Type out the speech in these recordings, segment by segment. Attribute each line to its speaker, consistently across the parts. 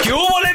Speaker 1: ¿Qué hubo, le,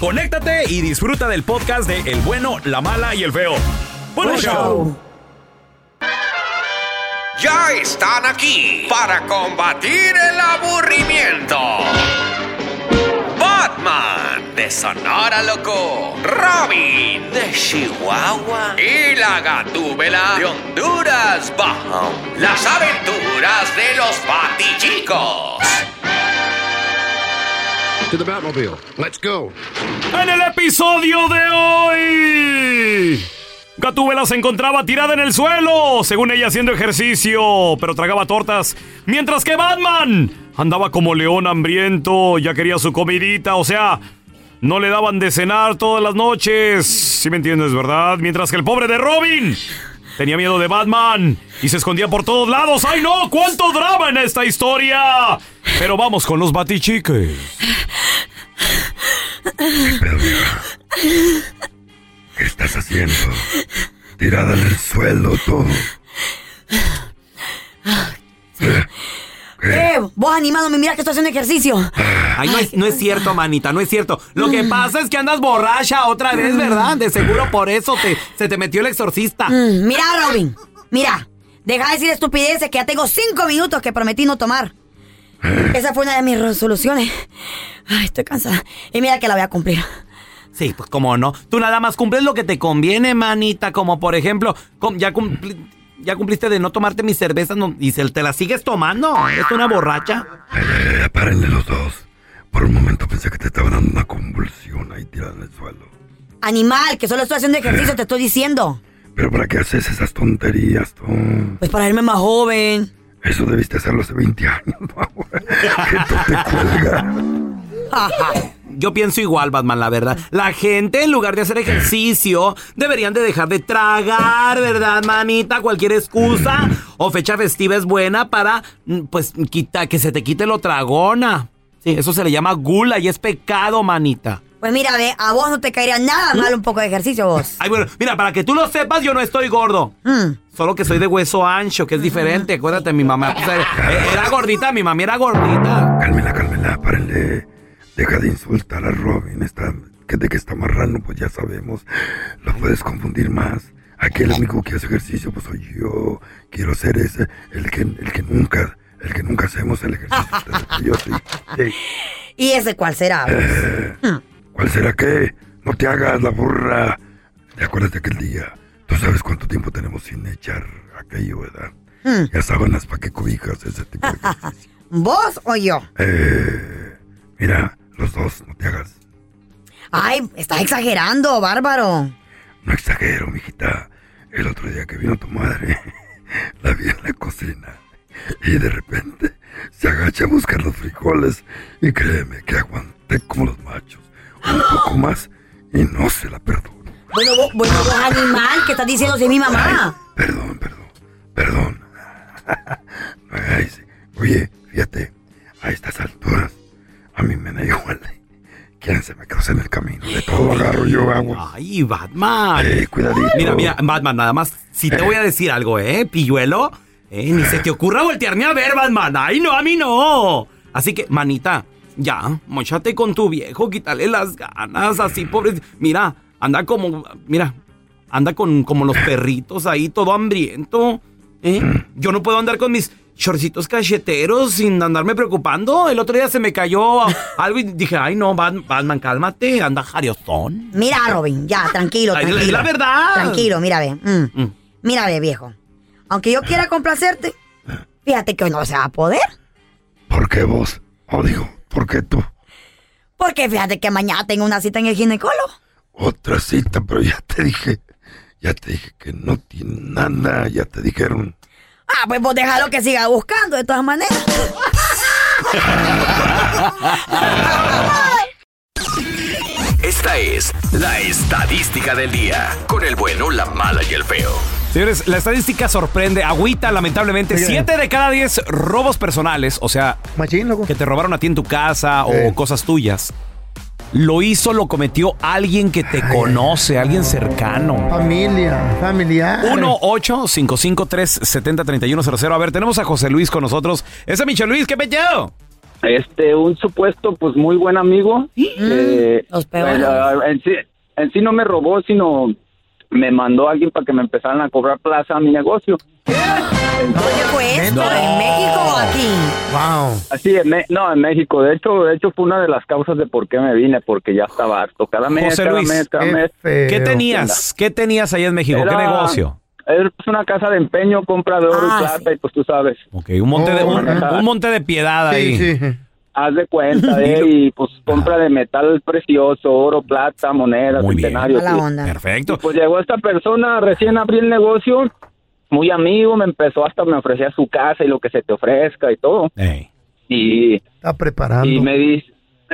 Speaker 1: conéctate y disfruta del podcast de El bueno, la mala y el feo. ¡Buen show!
Speaker 2: Ya están aquí para combatir el aburrimiento. Batman de Sonora Loco, Robin de Chihuahua y la Gatúbela de Honduras Bajo. Las aventuras de los Batichicos.
Speaker 3: to the Batmobile. Let's go.
Speaker 1: En el episodio de hoy. Gatúbela se encontraba tirada en el suelo, según ella haciendo ejercicio, pero tragaba tortas, mientras que Batman andaba como león hambriento, ya quería su comidita, o sea, no le daban de cenar todas las noches, si me entiendes, ¿verdad? Mientras que el pobre de Robin tenía miedo de Batman y se escondía por todos lados. ¡Ay no! ¡Cuánto drama en esta historia! Pero vamos con los batichiques.
Speaker 4: Claudia, ¿qué estás haciendo? Tirada en el suelo todo.
Speaker 5: Eh, vos animado me mira que estoy haciendo ejercicio.
Speaker 6: Ay, no es, no es cierto, manita, no es cierto. Lo que pasa es que andas borracha otra vez, ¿verdad? De seguro por eso te, se te metió el exorcista.
Speaker 5: Mm, Mira, Robin, mira, deja de decir estupideces que ya tengo cinco minutos que prometí no tomar. Esa fue una de mis resoluciones. Ay, estoy cansada. Y mira que la voy a cumplir.
Speaker 6: Sí, pues cómo no. Tú nada más cumples lo que te conviene, manita. Como por ejemplo, com- ya, cumpli- ya cumpliste de no tomarte mis cervezas no- y se- te las sigues tomando. Es una borracha.
Speaker 4: Eh, párenle los dos. Por un momento pensé que te estaba dando una convulsión ahí tirada en el suelo.
Speaker 5: Animal, que solo estoy haciendo ejercicio, te estoy diciendo.
Speaker 4: Pero ¿para qué haces esas tonterías, tú?
Speaker 5: Pues para verme más joven.
Speaker 4: Eso debiste hacerlo hace 20 años, ¿no? Que tú te cuelgas.
Speaker 6: Yo pienso igual, Batman, la verdad. La gente, en lugar de hacer ejercicio, deberían de dejar de tragar, ¿verdad, manita? Cualquier excusa o fecha festiva es buena para, mm, pues, quita, que se te quite lo tragona. Sí, eso se le llama gula y es pecado, manita.
Speaker 5: Pues mira, ve, a vos no te caería nada mal un poco de ejercicio, vos.
Speaker 6: Ay, bueno, mira, para que tú lo sepas, yo no estoy gordo. Solo que soy de hueso ancho, que es diferente. Acuérdate, mi mamá pues, era, era gordita, mi mamá era gordita.
Speaker 4: Cálmela, cálmela, párenle. Deja de insultar a Robin. Está, que de que está marrano, pues ya sabemos. Lo puedes confundir más. Aquí el único que hace ejercicio, pues soy yo. Quiero ser ese, el que, el que nunca, el que nunca hacemos el ejercicio. Ustedes, pues, yo sí. Sí.
Speaker 5: ¿Y ese cuál será?
Speaker 4: Eh. ¿Cuál será qué? No te hagas la burra. ¿Te acuerdas de aquel día? Tú sabes cuánto tiempo tenemos sin echar aquello, ¿verdad? Ya sábanas para qué cobijas ese tipo de cosas.
Speaker 5: ¿Vos o yo?
Speaker 4: Eh, mira, Los dos, no te hagas.
Speaker 5: Ay, estás exagerando, bárbaro.
Speaker 4: No exagero, mijita. El otro día que vino tu madre, la vi en la cocina. Y de repente se agacha a buscar los frijoles. Y créeme que aguanté como los machos. Un poco más y no se la perdono.
Speaker 5: Bueno, vos, bueno, vos animal, ¿qué estás diciendo de mi mamá?
Speaker 4: Perdón, perdón, perdón. Ay, sí. Oye, fíjate, a estas alturas, a mí me da igual. ¿Quién se me cruza en el camino? De todo agarro yo agua.
Speaker 6: Ay, Batman.
Speaker 4: Eh, cuidadito.
Speaker 6: Mira, mira, Batman, nada más. Si te
Speaker 4: Eh.
Speaker 6: voy a decir algo, ¿eh, pilluelo? Eh, ni se te ocurra voltearme a ver, Batman. Ay, no, a mí no. Así que, manita, ya, mochate con tu viejo, quítale las ganas, así, pobre. Mira, anda como, mira, anda con como los perritos ahí, todo hambriento. ¿eh? Yo no puedo andar con mis chorcitos cacheteros sin andarme preocupando. El otro día se me cayó algo y dije, ay, no, Bat- Batman, cálmate, anda jariosón.
Speaker 5: Mira, Robin, ya, tranquilo,
Speaker 6: Ay, la-
Speaker 5: tranquilo.
Speaker 6: la verdad.
Speaker 5: Tranquilo, mira, ve. mm. Mira, ve, viejo. Aunque yo quiera complacerte, fíjate que hoy no se va a poder.
Speaker 4: ¿Por qué vos? O digo, ¿por qué tú?
Speaker 5: Porque fíjate que mañana tengo una cita en el ginecólogo.
Speaker 4: Otra cita, pero ya te dije, ya te dije que no tiene nada, ya te dijeron.
Speaker 5: Ah, pues vos déjalo que siga buscando de todas maneras.
Speaker 7: Esta es la estadística del día. Con el bueno, la mala y el feo.
Speaker 1: Señores, la estadística sorprende. Agüita, lamentablemente,
Speaker 7: Oye.
Speaker 1: 7 de cada 10 robos personales, o sea, que te robaron a ti en tu casa o cosas tuyas, lo hizo, lo cometió alguien que te conoce, alguien cercano.
Speaker 8: Familia, familiar.
Speaker 1: 1 8 5 3 70 31 00 A ver, tenemos a José Luis con nosotros. Ese Michel Luis, ¿qué pechado?
Speaker 9: Este, un supuesto, pues muy buen amigo. Eh, bueno, en, sí, en sí no me robó, sino me mandó a alguien para que me empezaran a cobrar plaza a mi negocio.
Speaker 5: ¿Dónde fue esto? pues, ¿En México o aquí?
Speaker 8: Wow.
Speaker 9: Así, en Me- no, en México. De hecho, de hecho fue una de las causas de por qué me vine, porque ya estaba harto. Cada mes,
Speaker 1: José
Speaker 9: cada
Speaker 1: Luis,
Speaker 9: mes, cada
Speaker 1: qué
Speaker 9: mes.
Speaker 1: feo. ¿Qué tenías? ¿Qué tenías allá en México? ¿Qué
Speaker 9: Era-
Speaker 1: negocio?
Speaker 9: Es una casa de empeño, compra de oro
Speaker 5: Ah,
Speaker 9: y plata, y pues tú sabes.
Speaker 1: Ok, un monte, de, un, un monte de piedad ahí.
Speaker 9: Haz de cuenta, ¿eh? y pues compra de metal precioso, oro, plata, monedas, centenarios.
Speaker 1: Mala
Speaker 9: sí.
Speaker 1: onda. Perfecto.
Speaker 9: Y, pues llegó esta persona, recién abrí el negocio, muy amigo, me empezó hasta me ofrecía su casa y lo que se te ofrezca y todo. Y
Speaker 8: Está preparando.
Speaker 9: y me dice,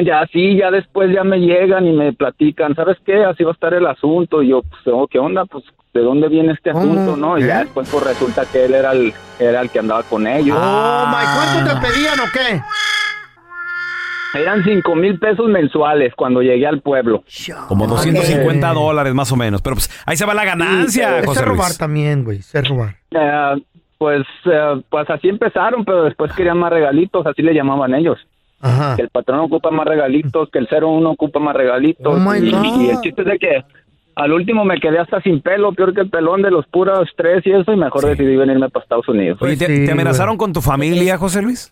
Speaker 9: ya sí, ya después ya me llegan y me platican, ¿sabes qué? Así va a estar el asunto. Y yo, pues, oh, ¿qué onda? Pues, ¿de dónde viene este asunto? ¿No? Y ya
Speaker 8: ¿Eh?
Speaker 9: después pues resulta que él era el, era el que andaba con ellos.
Speaker 8: Oh, my, ¿cuánto te pedían o qué?
Speaker 9: Eran cinco mil pesos mensuales cuando llegué al pueblo.
Speaker 1: Como 250 dólares más o menos. Pero pues ahí se va la ganancia,
Speaker 8: Eh, Es
Speaker 1: José
Speaker 8: robar
Speaker 1: Luis.
Speaker 8: también, güey, sé robar.
Speaker 9: Eh, pues, eh, pues así empezaron, pero después querían más regalitos, así le llamaban ellos.
Speaker 8: Ajá.
Speaker 9: Que el patrón ocupa más regalitos, que el 01 ocupa más regalitos.
Speaker 8: Oh, my
Speaker 9: y,
Speaker 8: God.
Speaker 9: y el chiste es de que al último me quedé hasta sin pelo, peor que el pelón de los puros tres y eso, y mejor decidí venirme para Estados Unidos.
Speaker 1: Oye, ¿te, te amenazaron con tu familia, José Luis?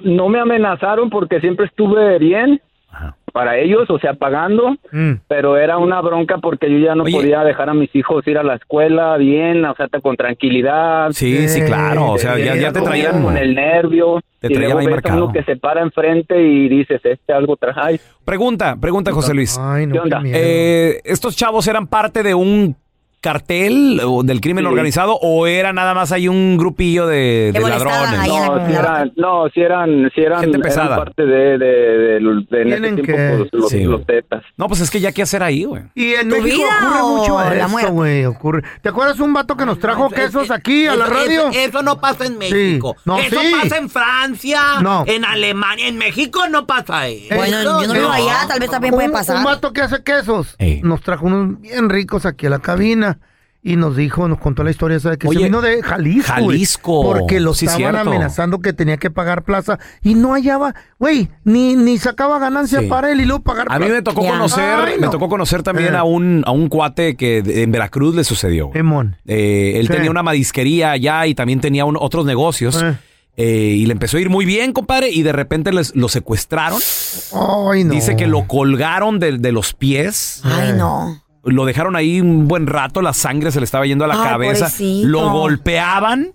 Speaker 9: No me amenazaron porque siempre estuve bien para ellos, o sea, pagando, pero era una bronca porque yo ya no podía dejar a mis hijos ir a la escuela bien, o sea, con tranquilidad.
Speaker 1: Sí, sí, claro, o sea, ya- ya te traían-
Speaker 9: Con el nervio.
Speaker 1: Te
Speaker 9: y
Speaker 1: traían
Speaker 9: luego
Speaker 1: ahí
Speaker 9: ves a
Speaker 1: marcado.
Speaker 9: uno que se para enfrente y dices, este algo trae.
Speaker 1: Pregunta, pregunta, José Luis.
Speaker 9: no, ¿Qué onda? qué miedo.
Speaker 1: Eh, ¿Estos chavos eran parte de un cartel o del crimen
Speaker 9: Sí.
Speaker 1: organizado o era nada más ahí un grupillo de, de ladrones?
Speaker 9: No, si eran, no, si eran, si eran,
Speaker 1: Gente
Speaker 9: eran
Speaker 1: pesada.
Speaker 9: parte de, de, de, de- en ese
Speaker 8: Tienen
Speaker 9: tiempo,
Speaker 8: que-
Speaker 9: pues, los,
Speaker 8: Sí,
Speaker 9: los tetas.
Speaker 1: No, pues es que ya qué hacer ahí, güey.
Speaker 8: Y en
Speaker 5: ¿Tu
Speaker 8: México
Speaker 5: vida o
Speaker 8: ocurre
Speaker 5: la
Speaker 8: mucho
Speaker 5: muerte?
Speaker 8: esto, güey, ocurre. ¿Te acuerdas un vato que nos trajo quesos aquí a la
Speaker 6: Eso-
Speaker 8: radio?
Speaker 6: Eso, eso no pasa en México.
Speaker 8: No,
Speaker 6: eso
Speaker 8: sí.
Speaker 6: pasa en Francia,
Speaker 8: No.
Speaker 6: en Alemania. En México no pasa eso.
Speaker 5: Bueno, yo no vivo allá, tal vez también puede
Speaker 8: Un-
Speaker 5: pasar.
Speaker 8: Un vato que hace quesos nos trajo unos bien ricos aquí a la cabina y nos dijo, nos contó la historia esa de que
Speaker 1: Oye,
Speaker 8: se vino de Jalisco. güey,
Speaker 1: Jalisco,
Speaker 8: porque lo
Speaker 1: sí,
Speaker 8: estaban
Speaker 1: cierto.
Speaker 8: amenazando que tenía que pagar plaza y no hallaba, güey, ni, ni sacaba ganancia
Speaker 1: Sí.
Speaker 8: para él y luego pagar
Speaker 1: A mí
Speaker 8: plaza.
Speaker 1: me tocó
Speaker 8: Ya.
Speaker 1: conocer,
Speaker 8: Ay,
Speaker 1: me
Speaker 8: no.
Speaker 1: tocó conocer también
Speaker 8: Eh.
Speaker 1: a un a un cuate que de- en Veracruz le sucedió. güey. Eh, él
Speaker 8: Sí.
Speaker 1: tenía una marisquería allá y también tenía un- otros negocios. eh, y le empezó a ir muy bien, compadre, y de repente les- lo secuestraron.
Speaker 8: Ay, no.
Speaker 1: Dice que lo colgaron de, de los pies.
Speaker 5: Ay, no.
Speaker 1: Lo dejaron ahí un buen rato, la sangre se le estaba yendo a la
Speaker 5: Ay,
Speaker 1: cabeza.
Speaker 5: pobrecito.
Speaker 1: Lo golpeaban.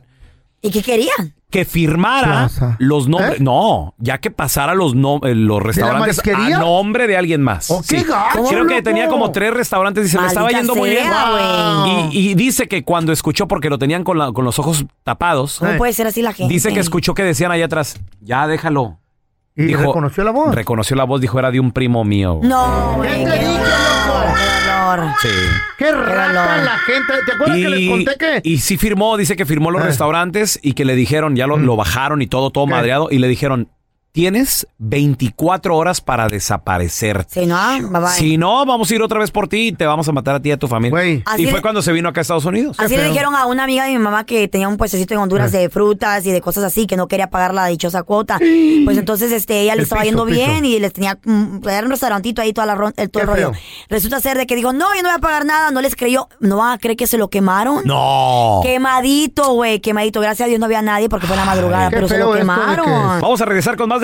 Speaker 5: ¿Y qué querían?
Speaker 1: que firmara los nombres.
Speaker 5: ¿Eh?
Speaker 1: No, ya que pasara los, nom- eh, los restaurantes a
Speaker 5: marisquería?
Speaker 1: nombre de alguien más.
Speaker 5: Oh, qué
Speaker 1: Sí.
Speaker 5: gacho,
Speaker 1: Creo que
Speaker 5: loco.
Speaker 1: tenía como tres restaurantes y se le estaba
Speaker 5: Maldita
Speaker 1: yendo muy bien.
Speaker 5: sea, güey.
Speaker 1: Y, y dice que cuando escuchó, porque lo tenían con, la- con los ojos tapados.
Speaker 5: ¿Cómo puede ser así la gente?
Speaker 1: Dice que escuchó que decían allá atrás, ya déjalo.
Speaker 8: ¿Y reconoció la voz?
Speaker 1: Reconoció la voz, dijo, era de un primo mío.
Speaker 5: No, güey. ¿Qué dolor.
Speaker 1: Sí.
Speaker 8: ¡Qué rata la gente! ¿Te acuerdas que les conté que Ah.
Speaker 1: y sí firmó, dice que firmó los restaurantes y que le dijeron, ya lo, lo bajaron y todo, todo madreado, y le dijeron, tienes 24 horas para desaparecer.
Speaker 5: Si no, ah, bye bye.
Speaker 1: Si no, vamos a ir otra vez por ti y te vamos a matar a ti y a tu familia.
Speaker 5: Así
Speaker 1: Y fue
Speaker 5: le-
Speaker 1: cuando se vino acá a Estados Unidos.
Speaker 5: Así le dijeron a una amiga de mi mamá que tenía un puestecito en Honduras
Speaker 10: Ah.
Speaker 5: de frutas y de cosas así, que no quería pagar la dichosa cuota. Pues entonces este ella le
Speaker 10: El
Speaker 5: estaba
Speaker 10: piso,
Speaker 5: yendo
Speaker 10: piso.
Speaker 5: bien y les tenía mm, era un restaurantito ahí toda la ron- el, todo el
Speaker 10: Qué
Speaker 5: rollo.
Speaker 10: feo.
Speaker 5: Resulta ser de que dijo, no, yo no voy a pagar nada, no les creyó, no van a creer que se lo quemaron.
Speaker 1: No.
Speaker 5: Quemadito, güey, quemadito. Gracias a Dios no había nadie porque fue en la madrugada, pero se lo quemaron.
Speaker 1: Vamos a regresar con más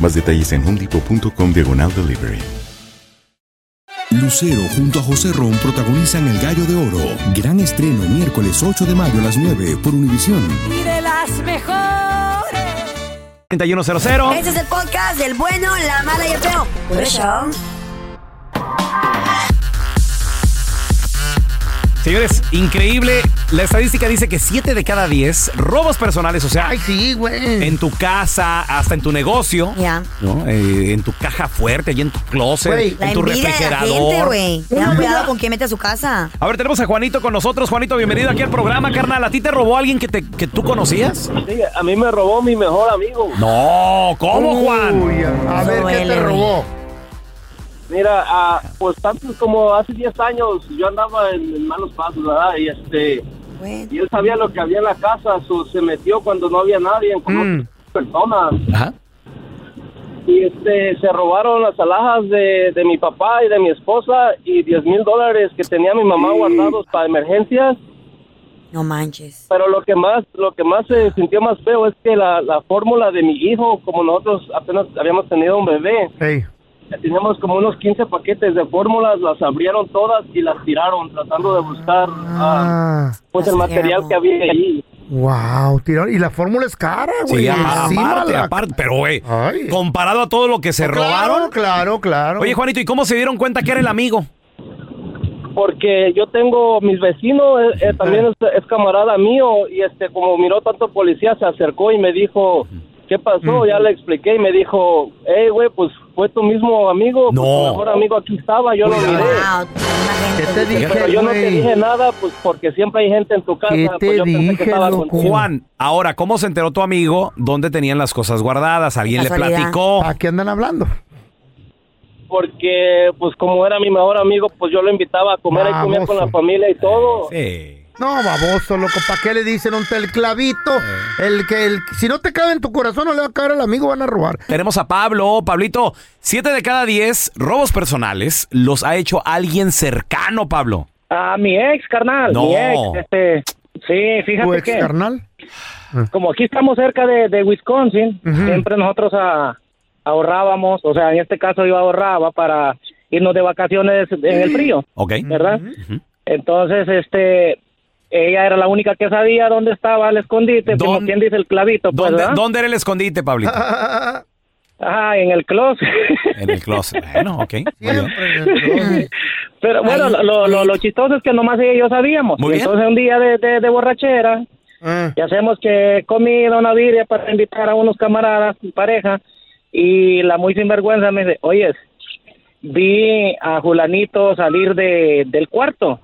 Speaker 11: Más detalles en homedepot.com diagonal delivery.
Speaker 12: Lucero junto a José Ron protagonizan El Gallo de Oro. Gran estreno miércoles 8 de mayo a las 9 por Univisión.
Speaker 5: Y de las mejores.
Speaker 1: 3100.
Speaker 5: Ese es el podcast del bueno, la mala y el feo. Por eso.
Speaker 1: Señores, increíble. La estadística dice que 7 de cada 10 robos personales, o sea, en tu casa, hasta en tu negocio,
Speaker 5: Ya.
Speaker 1: ¿no? Eh, en tu caja fuerte, y en tu closet,
Speaker 5: Güey,
Speaker 1: en
Speaker 5: la
Speaker 1: tu
Speaker 5: envidia de la
Speaker 1: refrigerador.
Speaker 5: gente, güey. Tengan cuidado con quién mete a su casa.
Speaker 1: a ver, tenemos a Juanito con nosotros. Juanito, bienvenido aquí al programa, carnal. ¿A ti te robó alguien que, te, que tú conocías?
Speaker 13: Sí, a mí me robó mi mejor amigo.
Speaker 1: No, ¿cómo, Juan?
Speaker 8: a ver, ¿qué te robó?
Speaker 13: Mira, ah, pues tanto como hace 10 años yo andaba en, en malos pasos, ¿verdad? Y este y él sabía lo que había en la casa, so, se metió cuando no había nadie, con otras personas. Y este se robaron las alhajas de, de mi papá y de mi esposa y 10 mil dólares que tenía mi mamá guardados para emergencias.
Speaker 5: No manches.
Speaker 13: Pero lo que más, lo que más se sintió más feo es que la, la fórmula de mi hijo, como nosotros apenas habíamos tenido un bebé, teníamos como unos 15 paquetes de fórmulas, las abrieron todas y las tiraron tratando de buscar ah, pues el material que había ahí.
Speaker 8: Wow, tiraron. Y la fórmula es cara, güey.
Speaker 1: Sí, a-
Speaker 8: Encima
Speaker 1: aparte,
Speaker 8: la-
Speaker 1: aparte, pero güey, comparado a todo lo que se robaron.
Speaker 8: Claro, claro.
Speaker 1: Oye, Juanito, ¿y cómo se dieron cuenta que era el amigo?
Speaker 13: Porque yo tengo mis vecinos, eh, eh, también es, es camarada mío, y este, como miró tanto policía, se acercó y me dijo, ¿qué pasó? Ya le expliqué y me dijo, hey, güey, pues fue tu mismo amigo, pues, tu mejor amigo aquí estaba, yo lo miré. Pero yo no te
Speaker 1: güey?
Speaker 13: dije nada, pues porque siempre hay gente en tu casa. pues, yo pensé que estaba contigo.
Speaker 1: Juan, ahora, ¿cómo se enteró tu amigo dónde tenían las cosas guardadas? ¿Alguien le platicó?
Speaker 8: ¿A qué andan hablando?
Speaker 13: Porque, pues como era mi mejor amigo, pues yo lo invitaba a comer y comía con la
Speaker 8: Baboso.
Speaker 13: familia y todo.
Speaker 8: No, baboso, loco. ¿Para qué le dicen un el clavito?
Speaker 1: Eh.
Speaker 8: El que el, si no te cabe en tu corazón, no le va a caer al amigo, van a robar.
Speaker 1: Tenemos a Pablo. Pablito, siete de cada diez robos personales los ha hecho alguien cercano, Pablo.
Speaker 14: A mi ex, carnal.
Speaker 1: No.
Speaker 14: Mi ex, este, sí, fíjate
Speaker 1: ¿Tu ex
Speaker 14: que-
Speaker 1: carnal?
Speaker 14: Como aquí estamos cerca de, de Wisconsin, siempre nosotros ah, ahorrábamos, o sea, en este caso yo ahorraba para irnos de vacaciones en el frío.
Speaker 1: Ok.
Speaker 14: ¿Verdad? Entonces, este, ella era la única que sabía dónde estaba el escondite, como quien dice el clavito, pues,
Speaker 1: ¿Dónde,
Speaker 14: ¿verdad?
Speaker 1: dónde era el escondite, Pablito?
Speaker 14: Ah, en el closet.
Speaker 1: en el closet. Bueno, ok. muy bien.
Speaker 14: Pero bueno, lo, lo, lo chistoso es que nomás ella y yo sabíamos.
Speaker 1: Muy
Speaker 14: Y
Speaker 1: bien.
Speaker 14: entonces un día de, de- de borrachera, Y hacemos que comida, una birria para invitar a unos camaradas, pareja. Y la muy sinvergüenza me dice, oye, vi a Julanito salir de, del cuarto.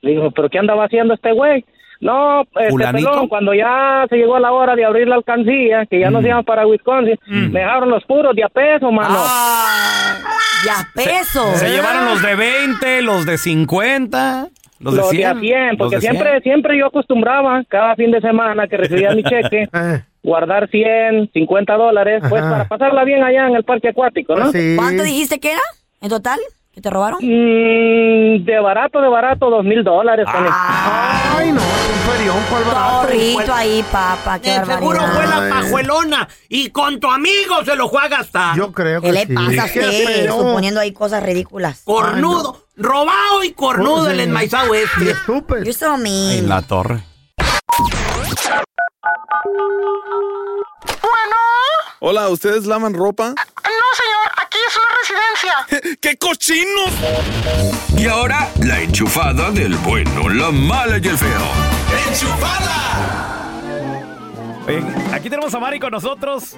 Speaker 14: Le digo, ¿pero qué andaba haciendo este güey? No, este
Speaker 10: ¿Fulanito?
Speaker 14: pelón, cuando ya se llegó la hora de abrir la alcancía, que ya nos íbamos para Wisconsin, me dejaron los puros de a peso, mano.
Speaker 5: Ah, ¡De a peso!
Speaker 6: Se llevaron los de 20, los de 50, los de 100.
Speaker 14: a 100,
Speaker 6: los
Speaker 14: porque
Speaker 6: de 100.
Speaker 14: siempre siempre yo acostumbraba cada fin de semana que recibía mi cheque
Speaker 1: Ah.
Speaker 14: guardar 100, 50 dólares, pues
Speaker 5: Ajá.
Speaker 14: para pasarla bien allá en el parque acuático, ¿no?
Speaker 1: Pues
Speaker 5: ¿Cuánto dijiste que era en total que te robaron?
Speaker 14: Mm, de barato, de barato, dos mil dólares.
Speaker 5: Ah.
Speaker 14: Ay, no,
Speaker 5: Torrito ahí, papá, qué
Speaker 6: Seguro
Speaker 5: barbaridad.
Speaker 6: fue la pajuelona y con tu amigo se lo fue a gastar. Yo
Speaker 8: creo
Speaker 5: ¿Qué le pasa a usted? Suponiendo ahí cosas ridículas.
Speaker 6: Cornudo, robado y cornudo el enmaizado este.
Speaker 8: Estúpido.
Speaker 5: Yo soy mi...
Speaker 6: En la torre.
Speaker 15: Hola, ¿ustedes lavan ropa?
Speaker 10: No, señor, aquí es una residencia. ¡Qué cochinos!
Speaker 7: Y ahora, la enchufada del bueno, la mala y el feo.
Speaker 1: Oye, aquí tenemos a Mari con nosotros.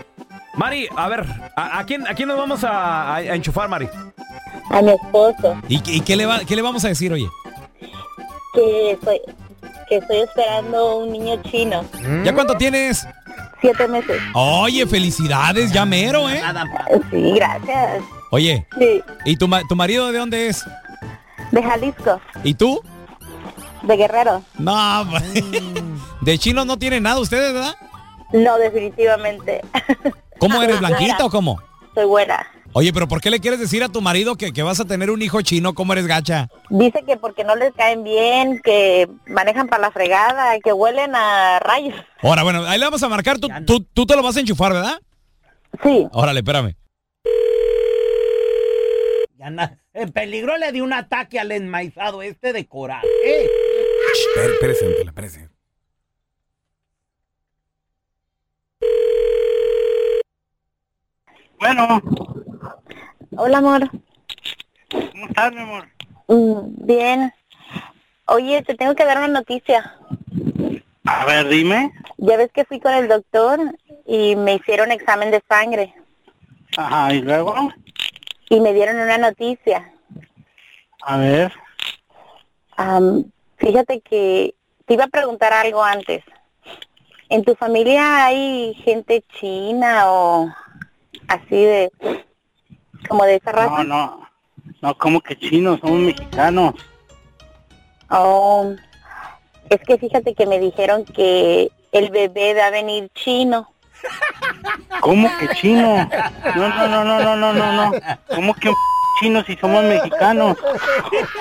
Speaker 1: Mari, a ver, ¿a, a quién, a quién nos vamos a, a- a enchufar, Mari?
Speaker 16: A mi esposo,
Speaker 17: ¿Y, qué- y qué, le va- qué le vamos a decir, oye?
Speaker 16: que estoy, que estoy esperando un niño chino.
Speaker 17: ¿Ya cuánto tienes?
Speaker 16: Siete meses.
Speaker 17: Oye, felicidades, ya mero, ¿eh?
Speaker 16: Sí, gracias.
Speaker 17: Oye,
Speaker 16: Sí,
Speaker 17: ¿y tu, ma- tu marido de dónde es?
Speaker 16: de Jalisco,
Speaker 17: ¿Y tú?
Speaker 16: de Guerrero.
Speaker 17: No, de chino no tiene nada ustedes, ¿verdad?
Speaker 16: No, definitivamente.
Speaker 5: Ah,
Speaker 17: ¿Cómo eres, blanquita o cómo?
Speaker 16: Soy buena.
Speaker 17: Oye, pero ¿por qué le quieres decir a tu marido que, que vas a tener un hijo chino? ¿Cómo eres gacha?
Speaker 16: Dice que porque no les caen bien, que manejan para la fregada, que huelen a rayos.
Speaker 17: Ahora, bueno, ahí le vamos a marcar. Tú, tú, tú te lo vas a enchufar, ¿verdad?
Speaker 16: Sí.
Speaker 17: Órale, espérame.
Speaker 6: Ya na- En peligro le di un ataque al enmaizado este de coraje.
Speaker 17: Espérese, espérese.
Speaker 16: Bueno. Hola, amor.
Speaker 10: ¿Cómo estás, mi amor?
Speaker 16: Mm, Bien. Oye, te tengo que dar una noticia.
Speaker 10: A ver, dime.
Speaker 16: Ya ves que fui con el doctor y me hicieron examen de sangre
Speaker 10: Ajá, y luego.
Speaker 16: y me dieron una noticia.
Speaker 10: A ver.
Speaker 16: Am, fíjate que te iba a preguntar algo antes. ¿En tu familia hay gente china o así de como de esa raza?
Speaker 10: No, no. No, como que chinos, somos mexicanos.
Speaker 16: Oh, es que fíjate que me dijeron que el bebé va a venir chino.
Speaker 10: ¿Cómo que chino? No, no, no, no, no, no, no, no. ¿Cómo que un chino si somos mexicanos?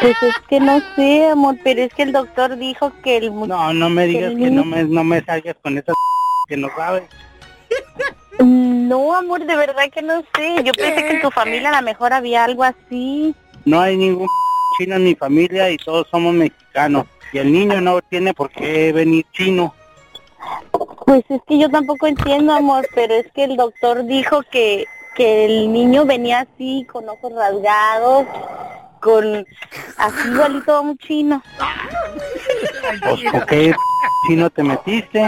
Speaker 16: Pues es que no sé, amor, pero es que el doctor dijo que el mu-
Speaker 10: No, no me digas que no me, no me salgas con esas que no sabes.
Speaker 16: No, amor, de verdad que no sé. Yo pensé que en tu familia a lo mejor había algo así.
Speaker 10: No hay ningún chino en mi familia y todos somos mexicanos. Y el niño no tiene por qué venir chino.
Speaker 16: Pues es que yo tampoco entiendo, amor, pero es que el doctor dijo que, que el niño venía así, con ojos rasgados, con así igualito a un chino.
Speaker 10: Pues, ¿Por qué chino te metiste?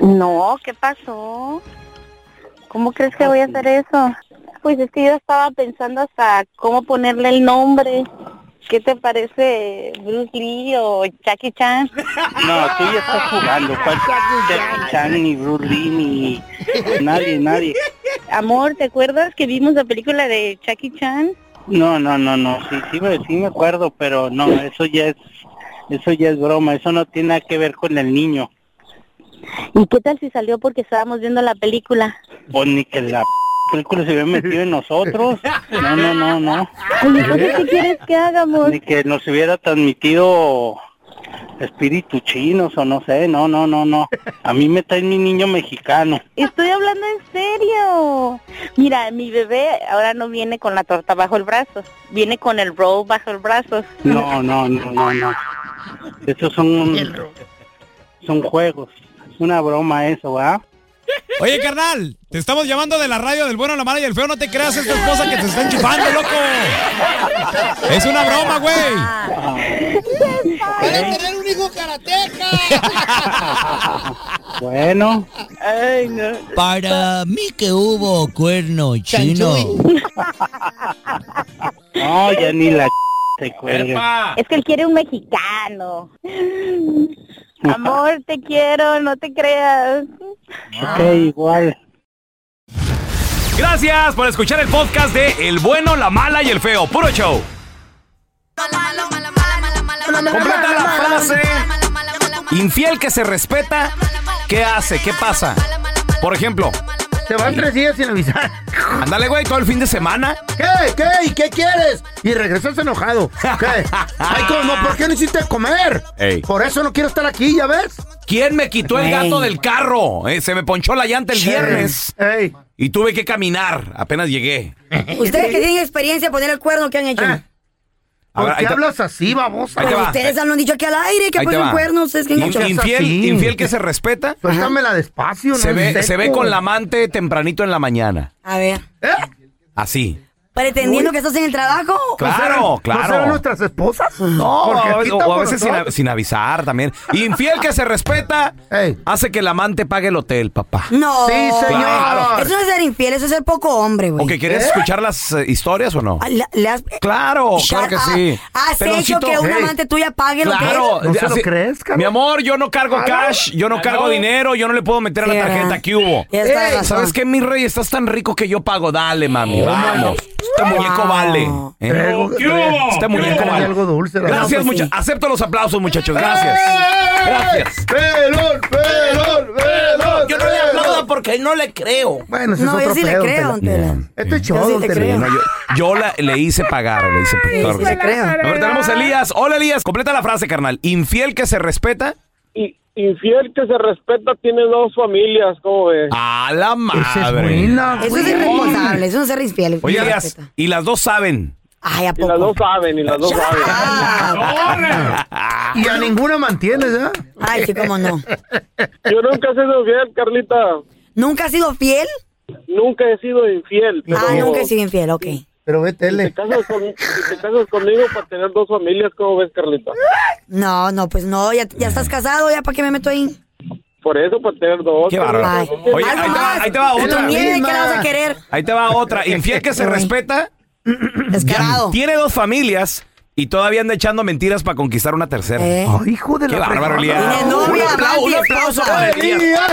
Speaker 16: No, ¿qué pasó? ¿Cómo crees
Speaker 10: Ah,
Speaker 16: que voy a hacer eso? Pues es que yo estaba pensando hasta cómo ponerle el nombre. ¿Qué te parece Bruce Lee o Jackie Chan?
Speaker 10: No, tú ya estás jugando.
Speaker 16: Ah,
Speaker 10: ¿Cuál Jackie Chan, ni Bruce Lee, ni nadie, nadie?
Speaker 16: Amor, ¿te acuerdas que vimos la película de Jackie Chan?
Speaker 10: No, no, no, no. Sí, sí me, sí me acuerdo, pero no, eso ya es, eso ya es broma. Eso no tiene nada que ver con el niño.
Speaker 16: ¿Y qué tal si salió porque estábamos viendo la película?
Speaker 10: O ni que la película se hubiera metido en nosotros. No, no, no, no.
Speaker 16: Oye, Pues entonces, ¿qué quieres que haga, amor?
Speaker 10: Ni que nos hubiera transmitido espíritus chinos o no sé. No, no, no, no. A mí me trae mi niño mexicano.
Speaker 16: Estoy hablando en serio. Mira, mi bebé ahora no viene con la torta bajo el brazo, viene con el roll bajo el brazo.
Speaker 10: No, no, no, no, no. Esos son son juegos. Es una broma eso, ¿verdad?
Speaker 17: Oye, carnal, te estamos llamando de la radio del bueno, la mala y el feo. No te creas, es tu esposa que te está enchufando, loco. Es una broma, güey.
Speaker 8: ¿Eh?
Speaker 10: Van a tener un hijo
Speaker 18: tengo karateca.
Speaker 10: Bueno.
Speaker 18: Ay, no. Para mí que hubo cuerno chino.
Speaker 10: No, ya ni la se cuelga.
Speaker 16: Es que él quiere un mexicano. Amor, te quiero, no te creas.
Speaker 10: Ok, igual.
Speaker 1: Gracias por escuchar el podcast de El bueno, la mala y el feo. Puro show. Completa la frase. Infiel que se respeta, ¿qué hace? ¿Qué pasa? Por ejemplo.
Speaker 8: Se van tres días sin avisar.
Speaker 1: Ándale, güey, todo el fin de semana.
Speaker 8: ¿Qué? ¿Qué? ¿Y qué quieres? Y regresas enojado. ¿Qué? Ay, ¿cómo? ¿Por qué no hiciste comer?
Speaker 1: Ey.
Speaker 8: Por eso no quiero estar aquí, ¿ya ves?
Speaker 1: ¿Quién me quitó el gato del carro? Eh, se me ponchó la llanta el viernes. Y tuve que caminar. Apenas llegué.
Speaker 5: Ustedes que tienen experiencia poner el cuerno, ¿qué han hecho?
Speaker 1: A ver, ahí te-
Speaker 8: así, babosa?
Speaker 1: Ahí te va.
Speaker 5: Ustedes han dicho aquí al aire que
Speaker 1: Ahí te
Speaker 5: ponen
Speaker 1: va.
Speaker 5: cuernos, ¿ustedes qué han
Speaker 1: In-
Speaker 5: hecho?
Speaker 1: Infiel, infiel que se respeta.
Speaker 8: Suéltamela despacio,
Speaker 1: Se
Speaker 8: no
Speaker 1: ve,
Speaker 8: seco.
Speaker 1: se ve con la amante tempranito en la mañana.
Speaker 5: A ver.
Speaker 1: Así.
Speaker 5: ¿Pretendiendo que estás en el trabajo?
Speaker 1: Claro, Oh, claro.
Speaker 8: nuestras esposas?
Speaker 1: No, oh,
Speaker 8: Porque
Speaker 1: a
Speaker 8: aquí
Speaker 1: veces- o,
Speaker 8: estamos
Speaker 1: a veces sin, a-
Speaker 8: nosotros.
Speaker 1: sin avisar también. Infiel que se respeta hace que el amante pague el hotel, papá.
Speaker 5: No.
Speaker 1: Sí, señor. Claro.
Speaker 5: Eso no es ser infiel, eso es ser poco hombre, güey.
Speaker 1: ¿O que quieres escuchar las eh, historias o no?
Speaker 5: Ah, la- le has-
Speaker 1: Claro,
Speaker 5: Shut
Speaker 1: claro que
Speaker 5: up.
Speaker 1: sí.
Speaker 5: Has
Speaker 1: Peloncito,
Speaker 5: hecho que un
Speaker 1: hey.
Speaker 5: amante tuya pague lo
Speaker 1: Claro,
Speaker 5: que es?
Speaker 1: así- Mi amor, yo no cargo
Speaker 5: Claro.
Speaker 1: cash, yo no
Speaker 5: Claro.
Speaker 1: cargo dinero, yo no le puedo meter a la
Speaker 5: Sí, ¿verdad?
Speaker 1: tarjeta que hubo.
Speaker 5: Tienes toda la
Speaker 1: Ey,
Speaker 5: razón.
Speaker 1: ¿Sabes qué, mi rey? Estás tan rico que yo pago. Dale, mami, vamos. Este muñeco vale. ¿eh?
Speaker 8: Traigo-
Speaker 1: ¿Qué hubo?
Speaker 8: Este
Speaker 1: ¿Qué
Speaker 8: muñeco
Speaker 1: hubo?
Speaker 8: vale algo dulce. la
Speaker 1: Gracias,
Speaker 8: verdad. pues
Speaker 1: muchachos. Acepto los aplausos, muchachos. Gracias.
Speaker 8: ¡Ey!
Speaker 1: Gracias.
Speaker 8: ¡Pelón, pelón, pelón!
Speaker 6: Yo no le aplaudo porque no le creo.
Speaker 8: Bueno,
Speaker 6: No, yo sí le creo, don Tela.
Speaker 8: Esto es
Speaker 6: Yo sí
Speaker 8: show,
Speaker 6: le
Speaker 8: don Tela.
Speaker 6: creo.
Speaker 1: No, yo yo la- le hice pagar, le hice pagar.
Speaker 8: sí le creo.
Speaker 1: A ver, tenemos a Elías. Hola, Elías. Completa la frase, carnal. Infiel que se respeta.
Speaker 19: Y- Infiel que se respeta tiene dos familias, ¿cómo ves?
Speaker 1: A la madre.
Speaker 5: Eso es irresponsable, eso no es ser infiel.
Speaker 1: Oye,
Speaker 5: No
Speaker 1: Elías,
Speaker 5: respeta.
Speaker 1: y las dos saben.
Speaker 5: Ay, ¿a
Speaker 19: Y
Speaker 5: poco?
Speaker 19: las dos saben, y las dos saben.
Speaker 8: Y a ninguna mantienes, ¿ah?
Speaker 5: Ay, sí, cómo no.
Speaker 19: Yo nunca he sido fiel, Carlita.
Speaker 5: ¿Nunca has sido fiel?
Speaker 19: Nunca he sido infiel. pero-
Speaker 5: Ah, nunca he sido infiel, ok.
Speaker 8: Pero ve
Speaker 19: Si te casas, con- si te casas conmigo para tener dos familias, ¿cómo ves, Carlita?
Speaker 5: No, no, pues no, ya,
Speaker 1: Mm.
Speaker 5: ya estás casado, ya para qué me meto ahí.
Speaker 19: Por eso, para tener dos.
Speaker 1: Qué bárbaro.
Speaker 19: Ay.
Speaker 1: Oye, ahí te, va, ahí te va
Speaker 5: Y tu
Speaker 1: otra.
Speaker 5: nieve, ¿qué la vas a querer?
Speaker 1: Ahí te va otra. Infiel que se respeta.
Speaker 5: Descarado.
Speaker 1: Tiene dos familias y todavía anda echando mentiras para conquistar una tercera.
Speaker 8: hijo de
Speaker 1: Qué
Speaker 8: la
Speaker 1: bárbaro,
Speaker 8: fregada.
Speaker 1: Elías.
Speaker 8: Tiene novia,
Speaker 1: Un aplauso,
Speaker 8: amante
Speaker 1: un
Speaker 8: y
Speaker 1: aplauso
Speaker 8: esposa.
Speaker 1: para Elías.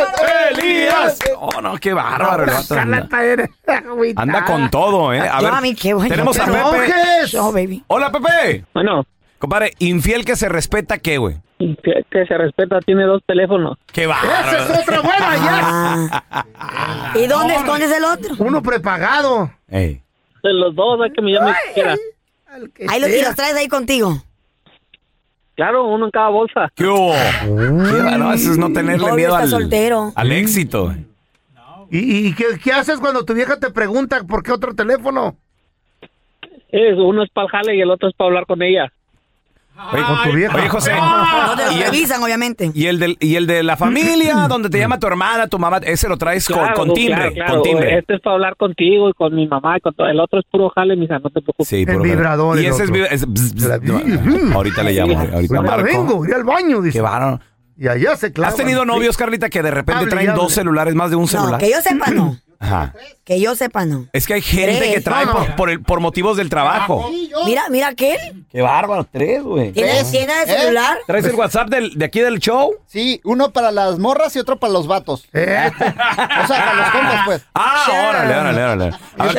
Speaker 8: ¡Elías!
Speaker 1: Oh, no, qué bárbaro. el vato anda-
Speaker 8: Carlata, eres agüitada.
Speaker 1: Anda con todo, ¿eh? A
Speaker 5: Yo
Speaker 1: ver,
Speaker 5: a mí, qué bueno.
Speaker 1: tenemos a
Speaker 5: Te
Speaker 1: Pepe.
Speaker 5: enojes. No, baby.
Speaker 1: Hola, Pepe.
Speaker 19: Bueno.
Speaker 1: Compadre, infiel que se respeta, ¿qué, güey?
Speaker 19: Que, que se respeta tiene dos teléfonos.
Speaker 1: ¡Qué va!
Speaker 8: Esa es otra buena, ya.
Speaker 5: Ah. ¿Y dónde escondes el otro?
Speaker 8: Uno prepagado.
Speaker 19: De los dos, hay que me llame quiera.
Speaker 5: Ahí los, y los traes ahí contigo.
Speaker 19: Claro, uno en cada bolsa.
Speaker 1: ¿Qué hubo? Qué va- no, eso es no tenerle
Speaker 8: Obvio,
Speaker 1: miedo
Speaker 8: está
Speaker 1: al,
Speaker 8: soltero.
Speaker 1: al éxito.
Speaker 8: ¿Y, y qué, qué haces cuando tu vieja te pregunta por qué otro teléfono?
Speaker 19: Es, uno es para el jale y el otro es para hablar con ella.
Speaker 1: Oye,
Speaker 8: tu vieja.
Speaker 1: Oye, José.
Speaker 5: No te lo
Speaker 1: Y el-
Speaker 5: revisan, obviamente.
Speaker 1: Y el, del, y el de la familia, donde te llama tu hermana, tu mamá, ese lo traes con-
Speaker 19: Claro,
Speaker 1: con, timbre,
Speaker 19: claro, claro.
Speaker 1: con timbre.
Speaker 19: Este es para hablar contigo y con mi mamá y con todo. El otro es puro jale, mija, no te preocupes.
Speaker 1: Sí, puro- Y ese es, vibra- es- bzz, bzz, no, ahorita le llamo, ahorita
Speaker 8: Ahorita
Speaker 1: Marco.
Speaker 8: Pues vengo, voy al baño, dice.
Speaker 1: Qué bárbaro.
Speaker 8: Y allá se clavan.
Speaker 1: ¿Has tenido novios, Carlita, que de repente
Speaker 8: Hable,
Speaker 1: traen
Speaker 8: hable.
Speaker 1: dos celulares, más de un
Speaker 5: No,
Speaker 1: celular?
Speaker 5: que yo sepa no.
Speaker 1: Ajá.
Speaker 5: Que yo sepa no.
Speaker 1: Es que hay gente
Speaker 5: Tres.
Speaker 1: que trae
Speaker 5: No,
Speaker 1: por, por el- por motivos del trabajo.
Speaker 5: Mira, mira aquel.
Speaker 1: Qué bárbaro, tres, güey.
Speaker 5: ¿Tiene tiene de celular?
Speaker 1: ¿Traes el WhatsApp del- de aquí del show?
Speaker 20: ¿Eh? Sí, uno para las morras y otro para los vatos.
Speaker 8: Eh.
Speaker 20: O sea, para los compas, pues.
Speaker 1: Ah, órale, órale, órale. A ver,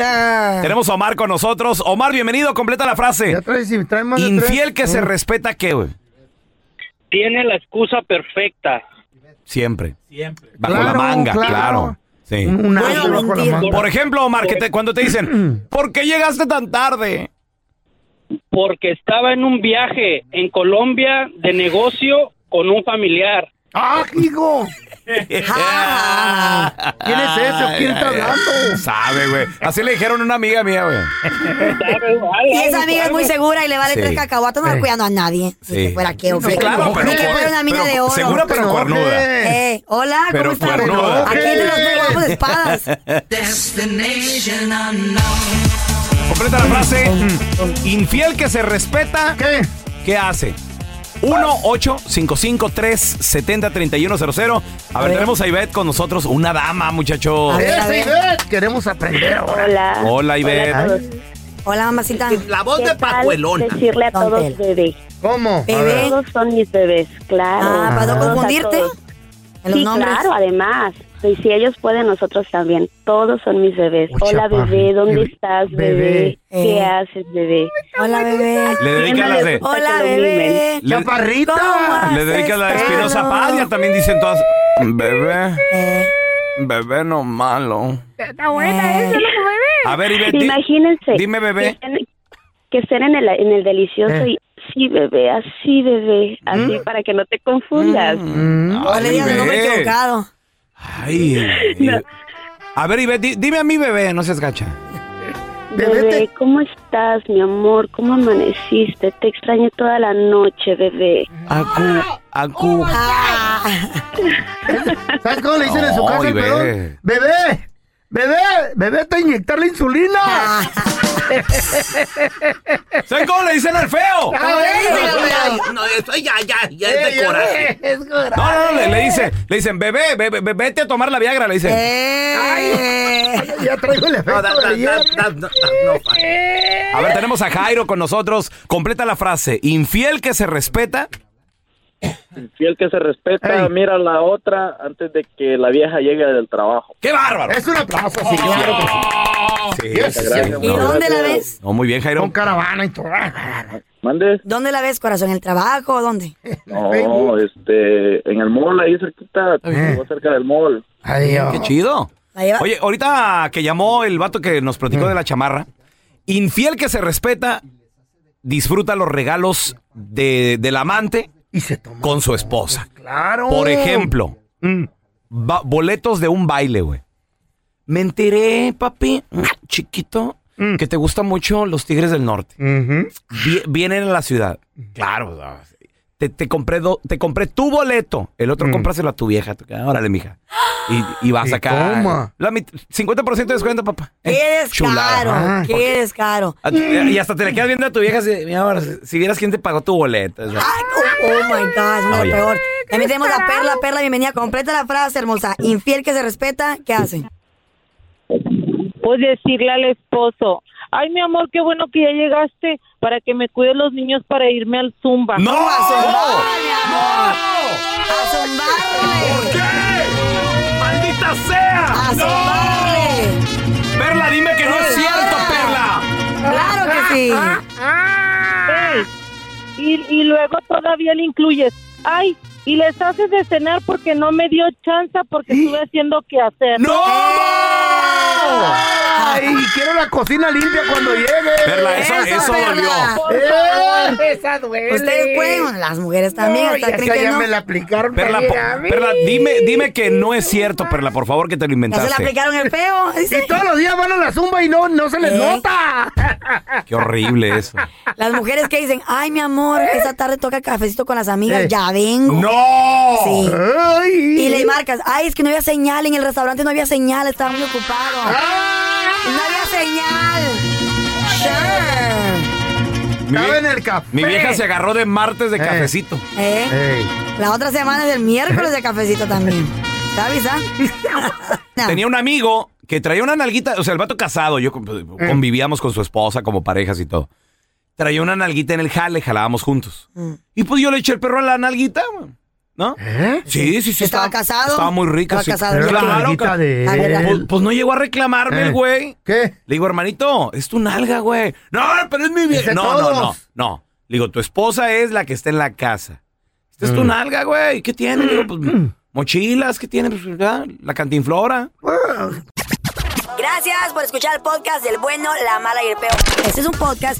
Speaker 1: tenemos a Omar con nosotros. Omar, bienvenido, completa la frase.
Speaker 8: de tres.
Speaker 1: Infiel que se
Speaker 8: Mm.
Speaker 1: respeta, ¿qué, güey?
Speaker 19: Tiene la excusa perfecta.
Speaker 1: Siempre. Siempre. Bajo la
Speaker 19: Claro,
Speaker 1: manga, claro.
Speaker 19: claro.
Speaker 1: Sí.
Speaker 19: Un- un árbol Puedo bajo la mentir. manga.
Speaker 1: Por ejemplo, Omar, que te- cuando te dicen, ¿por qué llegaste tan tarde?
Speaker 19: Porque estaba en un viaje en Colombia de negocio con un familiar.
Speaker 8: ¡Ah, hijo!
Speaker 1: ¿Quién
Speaker 8: es ese? ¿Quién está hablando?
Speaker 1: Sabe, güey. Así le dijeron a una amiga mía, güey.
Speaker 5: Y esa amiga es muy segura y le vale
Speaker 1: Sí.
Speaker 5: tres cacahuatos, no está
Speaker 1: Sí.
Speaker 5: cuidando a nadie. Si
Speaker 1: Sí.
Speaker 5: que fuera qué, o
Speaker 1: Sí,
Speaker 5: qué.
Speaker 1: claro,
Speaker 5: Ni
Speaker 1: pero-
Speaker 5: que fuera una mina
Speaker 1: pero
Speaker 5: de oro. pues,
Speaker 1: segura, pero cuernuda.
Speaker 5: Eh, hola, ¿cómo
Speaker 1: Pero
Speaker 5: estás?
Speaker 1: cuernuda.
Speaker 5: Aquí de los tres guapos de espadas.
Speaker 1: Completa la frase. Infiel que se respeta. ¿Qué? ¿Qué hace? 1-855-370-3100. A ver,
Speaker 8: ver.
Speaker 1: tenemos a Ivette con nosotros, una dama, muchachos.
Speaker 8: Esa Ivette, queremos aprender ahora.
Speaker 1: Hola, Ivette.
Speaker 5: Hola, mamacita.
Speaker 6: La voz
Speaker 16: ¿Qué
Speaker 6: de
Speaker 16: tal
Speaker 6: Pajuelona.
Speaker 16: Decirle a todos bebé.
Speaker 8: ¿Cómo?
Speaker 16: Bebé. Todos son mis bebés, claro.
Speaker 5: Ah, ¿para no
Speaker 16: Todos a
Speaker 5: confundirte?
Speaker 16: todos.
Speaker 5: En los
Speaker 16: sí,
Speaker 5: nombres.
Speaker 16: claro, además. Y si ellos pueden, nosotros también. Todos son mis bebés. Hola, bebé, ¿dónde estás, bebé? ¿Qué
Speaker 5: Eh.
Speaker 16: haces, bebé?
Speaker 5: Hola, bebé.
Speaker 1: Le dedica las de-
Speaker 5: Hola,
Speaker 16: que lo
Speaker 5: bebé.
Speaker 1: Le- Le dedicas la de Espinosa Padilla, también dicen todas. Bebé.
Speaker 5: Eh.
Speaker 1: Bebé no malo.
Speaker 16: Está buena ¿eh? eso,
Speaker 1: A ver, Ivette, di-
Speaker 16: Imagínense.
Speaker 1: dime, bebé.
Speaker 16: Que estén, que estén en, el, en el delicioso
Speaker 1: Eh.
Speaker 16: y sí, bebé, así, bebé, así para que no te confundas.
Speaker 1: Mm. No le digas el nombre bebé. equivocado. Ay, Ivette. A ver, Ivette, di- dime a mi bebé, no seas gacha.
Speaker 16: Bebé, ¿cómo estás, mi amor? ¿Cómo amaneciste? Te extrañé toda la noche, bebé.
Speaker 1: Acu,
Speaker 16: Oh,
Speaker 1: acu.
Speaker 8: ¿Sabes cómo Ah, le dicen en su
Speaker 16: No,
Speaker 8: casa al
Speaker 16: bebé.
Speaker 8: pelón? Bebé, bebé, bebé, te inyectar la insulina.
Speaker 1: ¿Sabes cómo le dicen al
Speaker 6: No,
Speaker 1: feo?
Speaker 6: ya, no, eso ya, ya, ya es de coraje.
Speaker 1: No, no, no, le, le dice, le dicen, bebé, bebé, bebé, vete a tomar la Viagra, le dicen.
Speaker 8: Ya traigo el efecto de ayer.
Speaker 1: A ver, tenemos a Jairo con nosotros. Completa la frase. Infiel que se respeta.
Speaker 21: Fiel que se respeta, mira la otra antes de que la vieja llegue del trabajo.
Speaker 1: ¡Qué bárbaro!
Speaker 8: Es un aplauso, sí, claro que sí.
Speaker 1: Sí,
Speaker 8: Yes.
Speaker 1: sí, sí.
Speaker 8: ¿Y dónde la ves?
Speaker 1: No, muy bien, Jairo.
Speaker 8: Con caravana y todo.
Speaker 21: ¿Mande?
Speaker 5: ¿Dónde la ves, corazón? ¿En el trabajo o dónde?
Speaker 21: No, este, en el mall, ahí cerquita,
Speaker 13: Eh,
Speaker 21: estuvo cerca del mall.
Speaker 1: Mm, Qué chido. Oye, ahorita que llamó el vato que nos platicó de la chamarra, infiel que se respeta, disfruta los regalos de, del amante con su esposa.
Speaker 8: Claro.
Speaker 1: Por ejemplo, ba- boletos de un baile, güey. Me enteré, papi, chiquito, que te gustan mucho los Tigres del Norte. Vi- vienen a la ciudad. Claro. o sea, Te, te compré do- te compré tu boleto. El otro cómpraselo a tu vieja. Tú, ah, Órale, mija. Y, y vas
Speaker 8: Que
Speaker 1: acá.
Speaker 8: coma.
Speaker 1: La mit- 50% de descuento, papá.
Speaker 8: Eh,
Speaker 5: Qué descaro,
Speaker 8: Ah,
Speaker 1: chulada.
Speaker 5: qué descaro.
Speaker 1: A tu- Y hasta te le quedas viendo a tu vieja así, de, mira, ahora, si, si vieras quién te pagó tu boleto. o sea.
Speaker 5: Oh, oh my God, es una
Speaker 1: Oye.
Speaker 5: peor. También tenemos a Perla, Perla, bienvenida. Completa la frase, hermosa. Infiel que se respeta, ¿qué hace?
Speaker 22: Pues decirle al esposo, ay mi amor, qué bueno que ya llegaste para que me cuides los niños para irme al zumba.
Speaker 1: ¡No!
Speaker 5: ¿Por
Speaker 1: qué? ¡Maldita sea! ¡No! Perla, dime que no es cierto, Perla.
Speaker 5: Claro que sí.
Speaker 22: y, y luego todavía le incluyes, ay, y les haces de cenar porque no me dio chance porque estuve haciendo que hacer.
Speaker 1: ¡No!
Speaker 8: Ay, quiero la cocina limpia cuando llegue.
Speaker 1: Perla, eso- Esa, eso Perla.
Speaker 8: Eh,
Speaker 1: dolió.
Speaker 22: favor.
Speaker 8: esa duele.
Speaker 5: Ustedes pueden, las mujeres también.
Speaker 8: No,
Speaker 5: hasta
Speaker 8: ya
Speaker 5: creen
Speaker 8: sé,
Speaker 5: que
Speaker 8: ya
Speaker 5: no.
Speaker 8: me la aplicaron.
Speaker 1: Perla,
Speaker 8: Pelé,
Speaker 1: po-
Speaker 8: a mí.
Speaker 1: Perla, dime, dime que no es cierto, Perla, por favor, que te
Speaker 5: Ya se
Speaker 1: lo
Speaker 5: la
Speaker 1: inventaste.
Speaker 5: aplicaron el feo.
Speaker 8: Y todos los días van a la zumba y no, no se les
Speaker 5: ¿Eh?
Speaker 8: nota.
Speaker 1: Qué horrible eso.
Speaker 5: Las mujeres que dicen, ay, mi amor, esa tarde toca cafecito con las amigas,
Speaker 1: Eh.
Speaker 5: ya vengo.
Speaker 1: ¡No!
Speaker 5: Sí.
Speaker 8: Ay.
Speaker 5: Y le marcas, ay, es que no había señal, en el restaurante no había señal, estaba muy ocupado. No había señal. Sure.
Speaker 1: Mi, vie-
Speaker 8: en el café.
Speaker 1: mi vieja se agarró de martes de cafecito.
Speaker 5: ¿Eh? La otra semana es el miércoles de cafecito también. ¿Sabes? ah?
Speaker 1: Tenía un amigo que traía una nalguita, o sea, el vato casado, yo con- pues,
Speaker 8: Eh.
Speaker 1: convivíamos con su esposa como parejas y todo. Traía una nalguita en el jale, jalábamos juntos. Y pues yo le eché el perro a la nalguita, güey, ¿no?
Speaker 8: ¿Eh?
Speaker 1: Sí, sí, sí.
Speaker 5: ¿Estaba casado?
Speaker 1: Estaba muy rica.
Speaker 5: Estaba
Speaker 1: sí.
Speaker 5: casado,
Speaker 1: Pero
Speaker 5: ya.
Speaker 1: claro,
Speaker 5: Nalguita
Speaker 1: ca-
Speaker 5: de
Speaker 1: Ah,
Speaker 5: él.
Speaker 1: Pues, pues no llegó a reclamarme el güey.
Speaker 8: Eh. ¿Qué?
Speaker 1: Le digo, hermanito, es tu nalga, güey. No, pero es mi
Speaker 8: Es de
Speaker 1: vieja. No, no, no,
Speaker 8: todos.
Speaker 1: no. Le digo, tu esposa es la que está en la casa. Esta es tu nalga, güey. ¿Qué tiene? Le digo, pues, mochilas, ¿qué tiene? Pues, ya, la cantinflora.
Speaker 5: Gracias por escuchar el podcast del bueno, la mala y el peor. Este es un podcast